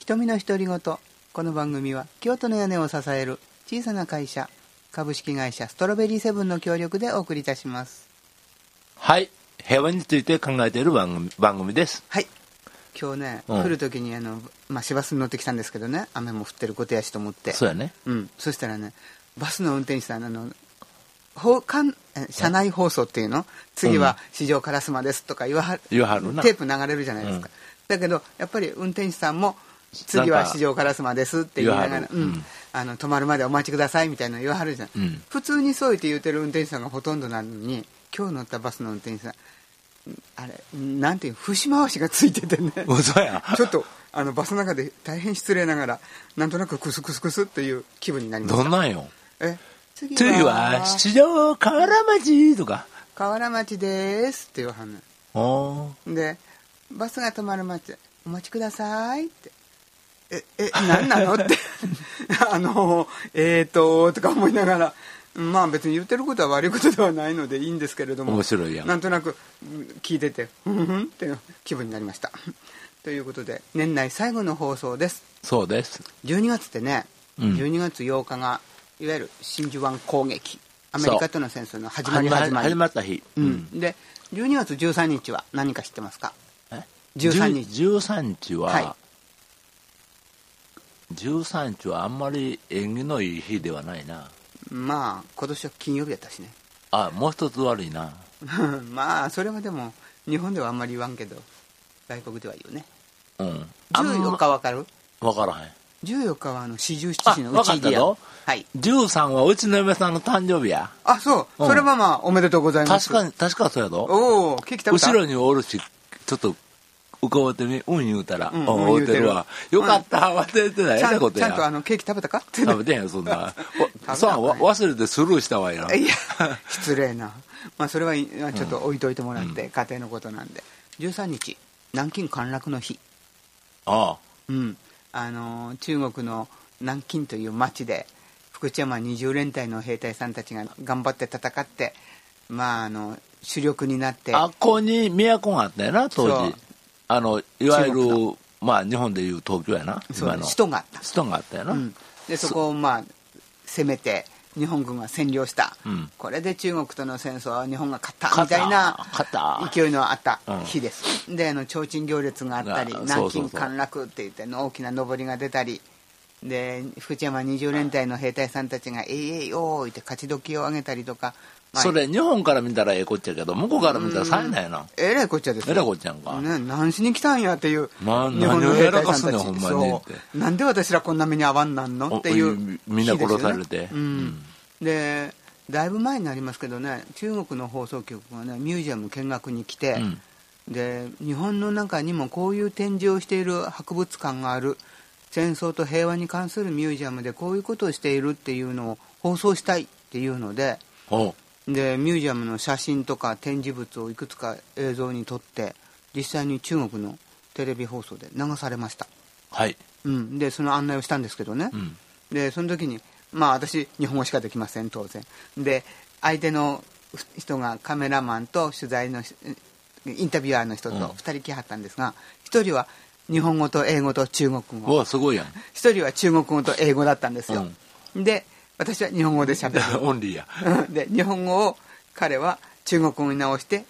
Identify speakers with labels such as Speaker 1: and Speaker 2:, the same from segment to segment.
Speaker 1: 瞳の独り言この番組は京都の屋根を支える小さな会社株式会社ストロベリーセブンの協力でお送りいたします
Speaker 2: はい平和について考えている番組番組です
Speaker 1: はい今日ね、
Speaker 2: うん
Speaker 1: 来る時にあの、まあ、市バスに乗ってきたんですけどね雨も降ってることやしと思って
Speaker 2: そうやね
Speaker 1: うん、そしたらねバスの運転手さんあの放管え車内放送っていうの次は市場烏丸ですとか言わはる,、
Speaker 2: 言わはるな
Speaker 1: テープ流れるじゃないですか、だけどやっぱり運転手さんも次は市場烏丸ですって言いなが
Speaker 2: なん
Speaker 1: ら
Speaker 2: か、
Speaker 1: う
Speaker 2: 言わはるうん
Speaker 1: ん、あの止まるまでお待ちくださいみたいなの言わはるじゃない、
Speaker 2: うん
Speaker 1: 普通にそう言って言うてる運転手さんがほとんどなのに今日乗ったバスの運転手さんあれなんていう節回しがついててね
Speaker 2: 嘘や
Speaker 1: ちょっとあのバスの中で大変失礼ながらなんとなくクスクスクスっていう気分になりま
Speaker 2: ど
Speaker 1: し
Speaker 2: ん
Speaker 1: た
Speaker 2: なんよ
Speaker 1: え次
Speaker 2: 次は七条河原町とか
Speaker 1: 河原町ですっていう反
Speaker 2: おー
Speaker 1: 応でバスが止まる町お待ちくださいってええ何なのって あのえーととか思いながらまあ別に言ってることは悪いことではないのでいいんですけれども
Speaker 2: 面白いやん
Speaker 1: なんとなくうん聞いててふんふんっていう気分になりましたということで年内最後の放送です
Speaker 2: そうです
Speaker 1: 12月ってね、
Speaker 2: うん
Speaker 1: 12月8日がいわゆる真珠湾攻撃アメリカとの戦争の始まり始まり
Speaker 2: 始まった日
Speaker 1: うんで12月13日は何か知ってますか
Speaker 2: え
Speaker 1: 13日
Speaker 2: 13日は、
Speaker 1: は
Speaker 2: 13日はあんまり縁起のいい日ではないな
Speaker 1: まあ今年は金曜日やったしね
Speaker 2: あもう一つ悪いな
Speaker 1: まあそれはでも日本ではあんまり言わんけど外国では言うね
Speaker 2: うんあんま
Speaker 1: 14日わかる
Speaker 2: 分からへん
Speaker 1: 14日はあの四十七時の
Speaker 2: あ
Speaker 1: うち入りや
Speaker 2: わかったぞ
Speaker 1: はい
Speaker 2: 13はうちの嫁さんの誕生日や
Speaker 1: あそう、
Speaker 2: うん
Speaker 1: それはまあおめでとうございま
Speaker 2: 確
Speaker 1: す
Speaker 2: かに確かそうやぞ
Speaker 1: おおケーキ食べた
Speaker 2: 後ろにおるしちょっと浮かうてみうん言うたら「
Speaker 1: うん
Speaker 2: うん
Speaker 1: うん
Speaker 2: うてるわよかった忘れてない
Speaker 1: ち
Speaker 2: や
Speaker 1: ゃ
Speaker 2: なんこと
Speaker 1: ちゃんとあ
Speaker 2: や
Speaker 1: のケーキ食べたかって
Speaker 2: 食べてへんよそん な
Speaker 1: た
Speaker 2: おそうわ忘れてスルーしたわよ
Speaker 1: いや 失礼な、まあ、それはいちょっと置いといてもらって、家庭のことなんで13日南京陥落の日、
Speaker 2: ああ
Speaker 1: うんあのー中国の南京という町で福知山20連隊の兵隊さんたちが頑張って戦って、まあ、あの主力になって
Speaker 2: あっこに都があったよな当
Speaker 1: そう
Speaker 2: 時あのいわ
Speaker 1: 中
Speaker 2: ゆ
Speaker 1: 国
Speaker 2: るまあ日本でいう東京やな
Speaker 1: そう
Speaker 2: 今の
Speaker 1: 首都があった、
Speaker 2: 首都があったよな、
Speaker 1: うん、でそこを、まあ、攻めて日本軍が占領した、
Speaker 2: うん
Speaker 1: これで中国との戦争は日本が勝った
Speaker 2: 勝
Speaker 1: み
Speaker 2: った
Speaker 1: たいな
Speaker 2: 勝った
Speaker 1: 勢いのあった
Speaker 2: うん
Speaker 1: 日です、であの提灯行列があったり
Speaker 2: あそう
Speaker 1: 南
Speaker 2: そうそう
Speaker 1: 京陥落って言っての大きな上りが出たりで福知山20連隊の兵隊さんたちが「えいえいおーい」って勝ち時を上げたりとか、まあ
Speaker 2: それ日本から見たらええこっちゃけど向こうから見たらさえないな
Speaker 1: えらいこっちゃですよ
Speaker 2: えらいこっちゃんか
Speaker 1: ね、何しに来たんやっていう、
Speaker 2: まあ
Speaker 1: 日本の兵隊さん
Speaker 2: 何
Speaker 1: たち
Speaker 2: をやらかすねんほんまにっ
Speaker 1: そ
Speaker 2: て
Speaker 1: うなんで私らこんな目に遭わんなんのってい
Speaker 2: お
Speaker 1: う
Speaker 2: みんな
Speaker 1: 日ですよね
Speaker 2: 殺されて
Speaker 1: うんでだいぶ前になりますけどね中国の放送局がねミュージアム見学に来て、
Speaker 2: うん
Speaker 1: で日本の中にもこういう展示をしている博物館がある戦争と平和に関するミュージアムでこういうことをしているっていうのを放送したいっていうので
Speaker 2: お
Speaker 1: でミュージアムの写真とか展示物をいくつか映像に撮って実際に中国のテレビ放送で流されました、
Speaker 2: はい
Speaker 1: うん、でその案内をしたんですけどね、
Speaker 2: うん
Speaker 1: でその時にまあ私日本語しかできません当然で相手の人がカメラマンと取材のしインタビュアーの人と
Speaker 2: うん
Speaker 1: 2人来はったんですが、1人は日本語と英語と中国
Speaker 2: う
Speaker 1: 語
Speaker 2: わす ごいやん
Speaker 1: 1人は中国語と英語だったんですよ、で私は日本語で喋る
Speaker 2: オンリーや
Speaker 1: うんで日本語を彼は中国語に直して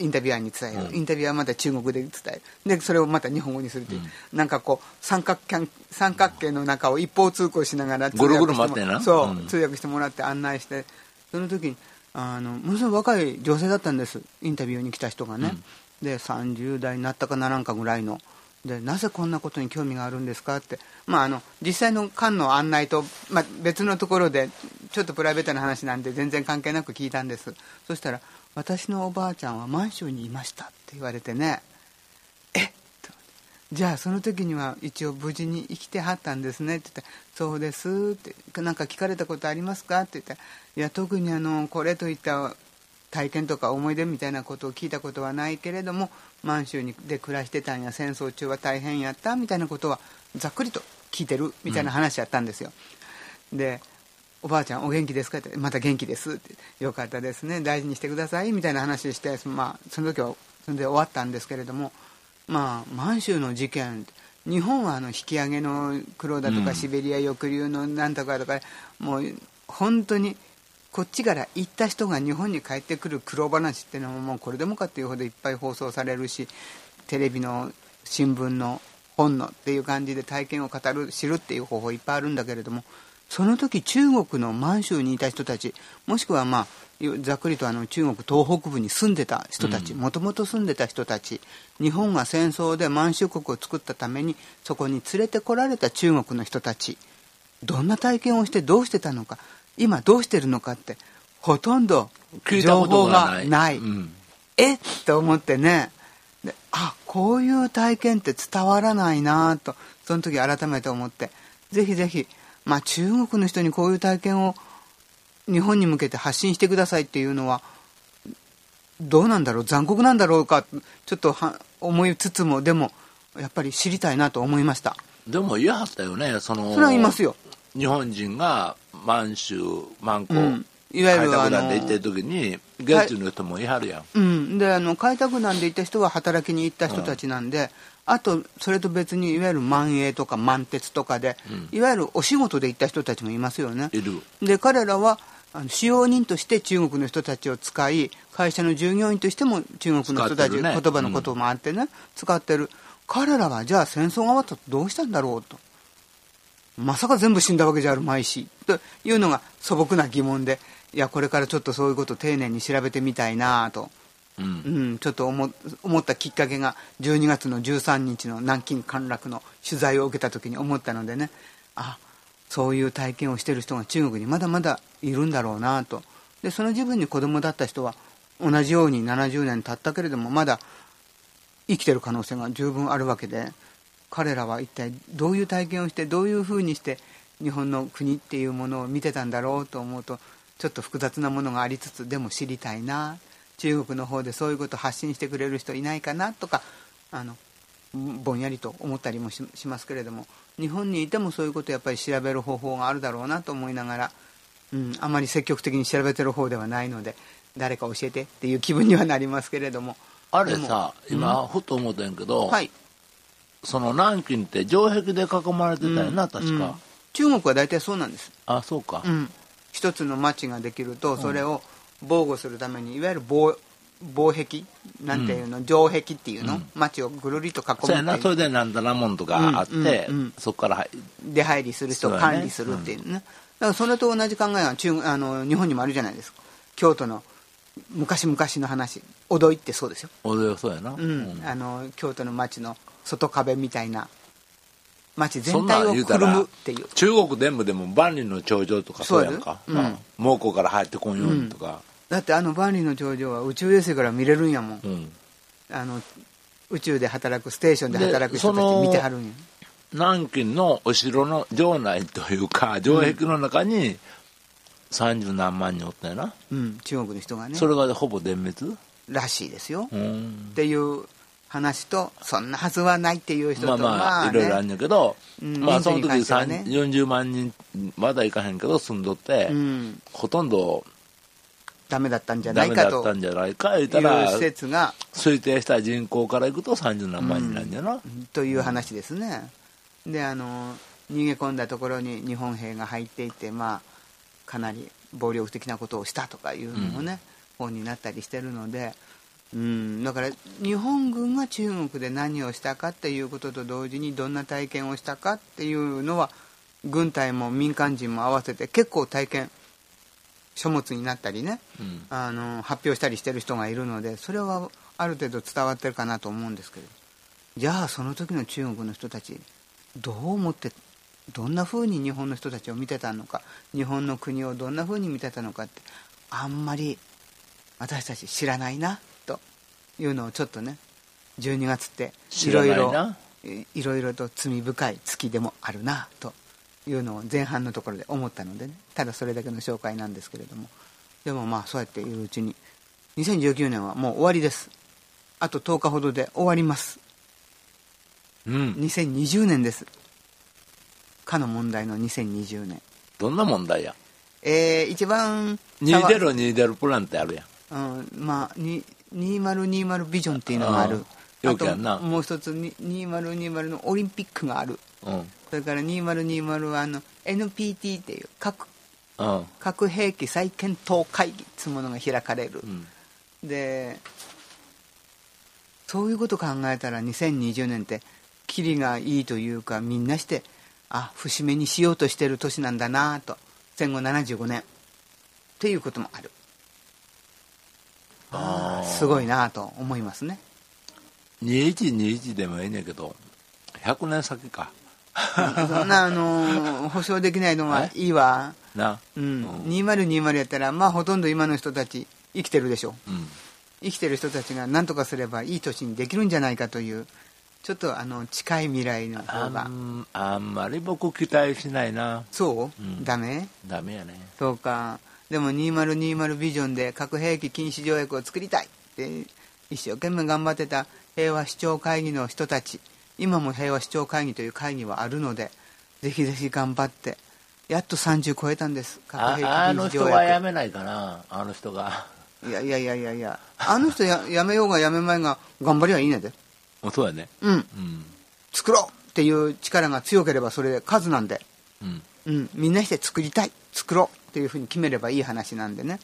Speaker 1: インタビュアーに伝える、
Speaker 2: うん
Speaker 1: インタビュアーはまた中国で伝えるでそれをまた日本語にするという、なんかこう三角関三角形の中を一方通行しながら通
Speaker 2: ぐるぐる
Speaker 1: しても
Speaker 2: 回ってな
Speaker 1: そう、
Speaker 2: うん
Speaker 1: 通訳してもらって案内してその時にあのものすごい若い女性だったんですインタビューに来た人がね、で30代になったかならんかぐらいのでなぜこんなことに興味があるんですかって、まあ、あの実際の館の案内と、まあ、別のところでちょっとプライベートな話なんで全然関係なく聞いたんですそしたら「私のおばあちゃんは満州にいました」って言われてねえっとじゃあその時には一応無事に生きてはったんですねって言って「そうです」って「なんか聞かれたことありますか?」って言ったらいや特にあのこれといった体験とか思い出みたいなことを聞いたことはないけれども満州にで暮らしてたんや戦争中は大変やったみたいなことはざっくりと聞いてるみたいな話やったんですよ、で「おばあちゃんお元気ですか?」って「また元気です」って「よかったですね大事にしてください」みたいな話して、まあ、その時はそれで終わったんですけれどもまあ満州の事件日本はあの引き上げの苦労だと
Speaker 2: うん
Speaker 1: か、シベリア抑留のなんとかとか、もう本当にこっちから行った人が日本に帰ってくる苦労話っていうのも、もうこれでもかっていうほどいっぱい放送されるし、テレビの新聞の本のっていう感じで体験を語る、知るっていう方法いっぱいあるんだけれども、その時中国の満州にいた人たち、もしくは、まあ、ざっくりとあの中国東北部に住んでた人たち、
Speaker 2: うん
Speaker 1: もともと住んでた人たち、日本が戦争で満州国を作ったために、そこに連れてこられた中国の人たち、どんな体験をして、どうしてたのか、今、どうしてるのかって、ほとんど
Speaker 2: 聞いた
Speaker 1: 情
Speaker 2: こと
Speaker 1: 報
Speaker 2: が
Speaker 1: が
Speaker 2: ない
Speaker 1: ない。
Speaker 2: うん
Speaker 1: えっと思ってねであこういう体験って伝わらないなとその時改めて思ってぜひぜひ、まあ、中国の人にこういう体験を日本に向けて発信してくださいっていうのはどうなんだろう残酷なんだろうかちょっとは思いつつもでもやっぱり知りたいなと思いました
Speaker 2: でも言いはったよねその
Speaker 1: それは言いますよ、
Speaker 2: 日本人が満州満
Speaker 1: う
Speaker 2: 光、
Speaker 1: ん、いわゆ
Speaker 2: 開
Speaker 1: るあの
Speaker 2: 拓団で行ってる時に現地の人も言いはるやん、
Speaker 1: うん、であの開拓団で行った人は働きに行った人たちなんで、あとそれと別にいわゆる満営とか満鉄とかで、いわゆるお仕事で行った人たちもいますよね
Speaker 2: い、る
Speaker 1: で彼らはあの使用人として中国の人たちを使い会社の従業員としても中国の人たち、
Speaker 2: 使ってるね
Speaker 1: 言葉のこともあってね、使ってる彼らはじゃあ戦争が終わったとどうしたんだろうとまさか全部死んだわけじゃあるまいしというのが素朴な疑問でいやこれからちょっとそういうことを丁寧に調べてみたいなと。
Speaker 2: うん
Speaker 1: うん、ちょっと思思ったきっかけが12月の13日の南京陥落の取材を受けた時に思ったのでねあそういう体験をしてる人が中国にまだまだいるんだろうなとでその自分に子供だった人は同じように70年経ったけれどもまだ生きてる可能性が十分あるわけで彼らは一体どういう体験をしてどういうふうにして日本の国っていうものを見てたんだろうと思うとちょっと複雑なものがありつつでも知りたいな中国の方でそういうこと発信してくれる人いないかなとかあのぼんやりと思ったりもししますけれども日本にいてもそういうことやっぱり調べる方法があるだろうなと思いながら、うん、あまり積極的に調べてる方ではないので誰か教えてっていう気分にはなりますけれども
Speaker 2: あれ
Speaker 1: でも
Speaker 2: さ今、ふと思ったんやけど、
Speaker 1: はい
Speaker 2: その南京って城壁で囲まれてたよな、確
Speaker 1: うん
Speaker 2: か、
Speaker 1: 中国は大体そうなんです、
Speaker 2: あそうか、
Speaker 1: うん、一つの町ができるとそれを防護するためにいわゆる防防壁なんていうの、城壁っていうの、町をぐるりと囲むって
Speaker 2: そうやなそ
Speaker 1: いう
Speaker 2: れでなんだなもんとかあって、
Speaker 1: うんうんうん
Speaker 2: そこから入
Speaker 1: 出入りする人
Speaker 2: そう
Speaker 1: を
Speaker 2: だね
Speaker 1: 管理するっていうねだからそれと同じ考えが中あの日本にもあるじゃないですか京都の昔々の話おどいってそうですよ
Speaker 2: おどよそうやな、
Speaker 1: うん、あの京都の町の外壁みたいな町
Speaker 2: そ
Speaker 1: 全
Speaker 2: んな
Speaker 1: 体
Speaker 2: ん
Speaker 1: を
Speaker 2: 言う
Speaker 1: く
Speaker 2: た
Speaker 1: る
Speaker 2: ら
Speaker 1: むっていう
Speaker 2: 中国全部でも万里の長城とかそうやんか、
Speaker 1: そうやでうん
Speaker 2: 蒙古から入ってこんようにとか、
Speaker 1: だってあの万里の長城は宇宙衛星から見れるんやもん
Speaker 2: うん
Speaker 1: あの宇宙で働くステーションで働く人た
Speaker 2: でその
Speaker 1: ち見てはるんや
Speaker 2: 南京のお城の城内というか城壁の中に三十何万人おったよな、
Speaker 1: うん、中国の人がね
Speaker 2: それがほぼ全滅
Speaker 1: らしいですよ、
Speaker 2: う
Speaker 1: っ
Speaker 2: ん
Speaker 1: ていう話とそんなはずはないっていう人
Speaker 2: まあ
Speaker 1: と
Speaker 2: まあ、いろいろあるん
Speaker 1: ね
Speaker 2: やけど、
Speaker 1: うん
Speaker 2: まあそ
Speaker 1: 人数
Speaker 2: の
Speaker 1: に
Speaker 2: 時
Speaker 1: 関しては
Speaker 2: 三
Speaker 1: ね
Speaker 2: 40万人まだ行かへんけど住んどって、
Speaker 1: うん
Speaker 2: ほとんど
Speaker 1: ダメだったんじゃな
Speaker 2: ダ
Speaker 1: い
Speaker 2: メ
Speaker 1: か
Speaker 2: だっ
Speaker 1: と
Speaker 2: たんじゃないか言う
Speaker 1: い
Speaker 2: た
Speaker 1: う
Speaker 2: ら
Speaker 1: 施設が
Speaker 2: 推定した人口からいくと30何万人なんじゃな、
Speaker 1: という話ですね、であの逃げ込んだところに日本兵が入っていって、まあ、かなり暴力的なことをしたとかいうのもね、本になったりしてるので、うん、だから日本軍が中国で何をしたかっていうことと同時にどんな体験をしたかっていうのは軍隊も民間人も合わせて結構体験書物になったりね、
Speaker 2: うん
Speaker 1: あの発表したりしてる人がいるのでそれはある程度伝わってるかなと思うんですけどじゃあその時の中国の人たちどう思ってどんな風に日本の人たちを見てたのか日本の国をどんな風に見てたのかってあんまり私たち知らないなというのをちょっとね12月ってい
Speaker 2: 知ら
Speaker 1: ろ
Speaker 2: ない
Speaker 1: いろ
Speaker 2: な
Speaker 1: いいろいろと罪深い月でもあるなというのを前半のところで思ったのでねただそれだけの紹介なんですけれどもでもまあそうやっていううちに2019年はもう終わりですあと10日ほどで終わります
Speaker 2: うん
Speaker 1: 2020年ですかの問題の2020年
Speaker 2: どんな問題や
Speaker 1: えー、一番
Speaker 2: 2020プランってあるやん
Speaker 1: うんまあに2020ビジョンっていうのがあるあ
Speaker 2: 陽気や
Speaker 1: と
Speaker 2: んな
Speaker 1: もう一つに2020のオリンピックがある
Speaker 2: うん
Speaker 1: それから2020はあの NPT っていう核
Speaker 2: うん
Speaker 1: 核兵器再検討会議っていうものが開かれる
Speaker 2: う、ん
Speaker 1: でそういうこと考えたら2020年ってキリがいいというかみんなしてあ節目にしようとしてる年なんだなと戦後75年っていうこともある
Speaker 2: あー
Speaker 1: すごいなと思います ね
Speaker 2: 2121でもええねんけど100年先か
Speaker 1: そんなあのー保証できないのは
Speaker 2: え
Speaker 1: いいわ、
Speaker 2: な
Speaker 1: うん
Speaker 2: うん
Speaker 1: 2020やったらまあほとんど今の人たち生きてるでしょ
Speaker 2: うん
Speaker 1: 生きてる人たちが何とかすればいい年にできるんじゃないかというちょっとあの近い未来の
Speaker 2: あ
Speaker 1: 方が
Speaker 2: んあんまり僕期待しないな
Speaker 1: そう、
Speaker 2: うん
Speaker 1: ダメ
Speaker 2: ダメやね
Speaker 1: そうかでも2020ビジョンで核兵器禁止条約を作りたいって一生懸命頑張ってた平和首長会議の人たち今も平和首長会議という会議はあるのでぜひぜひ頑張ってやっと30超えたんです核
Speaker 2: あ
Speaker 1: 兵器禁
Speaker 2: あの
Speaker 1: 止
Speaker 2: 人
Speaker 1: 条
Speaker 2: はや
Speaker 1: 約
Speaker 2: めないかなあの人が
Speaker 1: いやいやいやいやいやあの人ややめようがやめまいが頑張りゃいいねんで
Speaker 2: そうやね
Speaker 1: うん
Speaker 2: うん
Speaker 1: 作ろうっていう力が強ければそれで数なんで
Speaker 2: うん
Speaker 1: うん、みんなして作りたい作ろうっていうふうに決めればいい話なんでね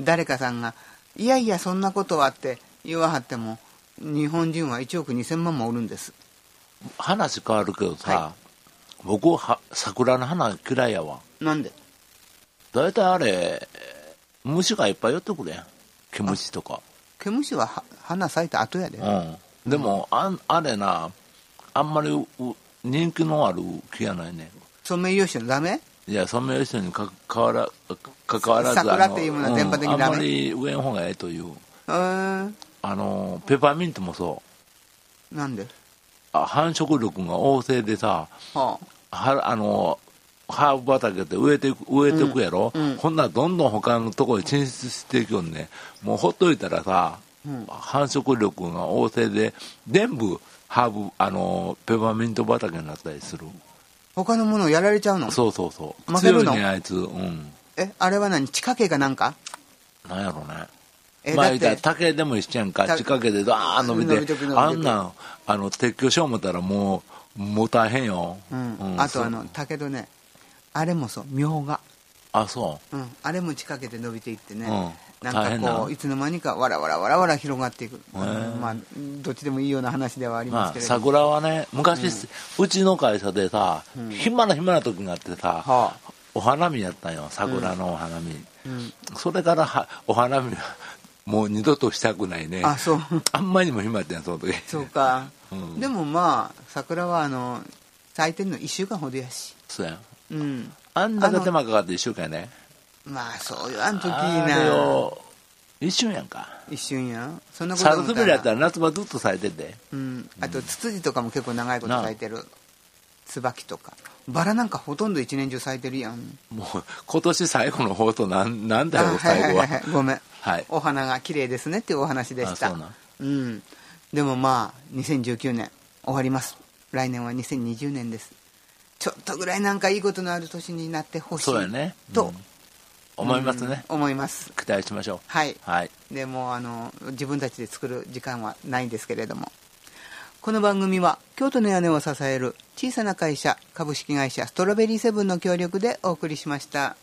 Speaker 1: 誰かさんが「いやいやそんなことは」って言わはっても日本人は1億2000万もおるんです
Speaker 2: 話変わるけどさ、
Speaker 1: は
Speaker 2: 僕は桜の花嫌いやわ
Speaker 1: なんで
Speaker 2: 大体あれ虫がいっぱい寄ってくるやん毛虫とか
Speaker 1: 毛虫はは花咲いた後やで
Speaker 2: うんでもあんあれなあんまりう人気のある木やないね
Speaker 1: ソメイヨシノダメ
Speaker 2: いやソメイヨシノにかかわらか関わらず
Speaker 1: 桜
Speaker 2: あ
Speaker 1: っていうものは全般的に
Speaker 2: あ
Speaker 1: ダ
Speaker 2: ん
Speaker 1: メ
Speaker 2: まり植えん方がええという
Speaker 1: うーん
Speaker 2: あのペパーミントもそう
Speaker 1: なんで
Speaker 2: あ繁殖力が旺盛でさ
Speaker 1: はあ
Speaker 2: はあのハーブ畑で植えていく植えていくやろ、
Speaker 1: うんうん
Speaker 2: ほんならどんどん他のところに進出していくよねもうほっといたらさ、
Speaker 1: うん
Speaker 2: 繁殖力が旺盛で全部ハーブあのペパーミント畑になったりする
Speaker 1: 他のものをやられちゃうの
Speaker 2: そうそうそう
Speaker 1: 負ける
Speaker 2: 強い
Speaker 1: の
Speaker 2: ねあいつうん
Speaker 1: えあれは何地下茎かなんか
Speaker 2: なんやろね
Speaker 1: え
Speaker 2: まあ
Speaker 1: だっ
Speaker 2: 言うたら
Speaker 1: て
Speaker 2: 竹でも一緒やんか
Speaker 1: た
Speaker 2: 近くでダーッ伸びて
Speaker 1: 伸びてく伸びてく
Speaker 2: あんなんあの撤去しよう思ったらもうもう大変よ、
Speaker 1: うん、
Speaker 2: うん
Speaker 1: あとあ
Speaker 2: そ
Speaker 1: の
Speaker 2: う
Speaker 1: 竹とねあれもそうみょうが
Speaker 2: あそ
Speaker 1: うん、あれも近けて伸びていってね、
Speaker 2: うん大
Speaker 1: なん
Speaker 2: 変
Speaker 1: かこ
Speaker 2: な
Speaker 1: ういつの間にかわらわらわらわら広がっていく、
Speaker 2: へえ
Speaker 1: まあ、どっちでもいいような話ではあり
Speaker 2: う
Speaker 1: ま
Speaker 2: ますあ
Speaker 1: けれども、
Speaker 2: 桜はね昔、うちの会社でさ、暇な暇な時があってさ、
Speaker 1: はあ
Speaker 2: お花見やったんよ桜のお花見、
Speaker 1: うん
Speaker 2: それからはお花見はもう二度としたくないね
Speaker 1: あそう
Speaker 2: あんまりにも暇やったんやその時
Speaker 1: そうか、
Speaker 2: うん
Speaker 1: でもまあ桜はあの咲いてるの1週間ほどやし、
Speaker 2: そうやん
Speaker 1: うん、
Speaker 2: あんだけ手間かかって一週間やね
Speaker 1: まあそういうあん時
Speaker 2: あれ
Speaker 1: な
Speaker 2: を一瞬やんか
Speaker 1: 一瞬やそんなこと
Speaker 2: サル
Speaker 1: 思
Speaker 2: ス
Speaker 1: った
Speaker 2: ベリやった
Speaker 1: ら、
Speaker 2: ら夏場ずっと咲いてて
Speaker 1: うん、あとツツジとかも結構長いこと咲いてる椿とかバラなんかほとんど一年中咲いてるやん
Speaker 2: もう今年最後の方となんなんだ
Speaker 1: あ
Speaker 2: よ最後は
Speaker 1: はいはいはいごめん
Speaker 2: はい
Speaker 1: お花が綺麗ですねっていうお話でした
Speaker 2: あそうなん
Speaker 1: うん、でもまあ2019年終わります来年は2020年ですちょっとぐらいなんかいいことのある年になってほしい
Speaker 2: そうやね
Speaker 1: と、
Speaker 2: うん思いますね、
Speaker 1: うん思います
Speaker 2: 期待しましょう
Speaker 1: はい
Speaker 2: はい
Speaker 1: でもうあの自分たちで作る時間はないんですけれどもこの番組は京都の屋根を支える小さな会社株式会社ストロベリーセブンの協力でお送りしました。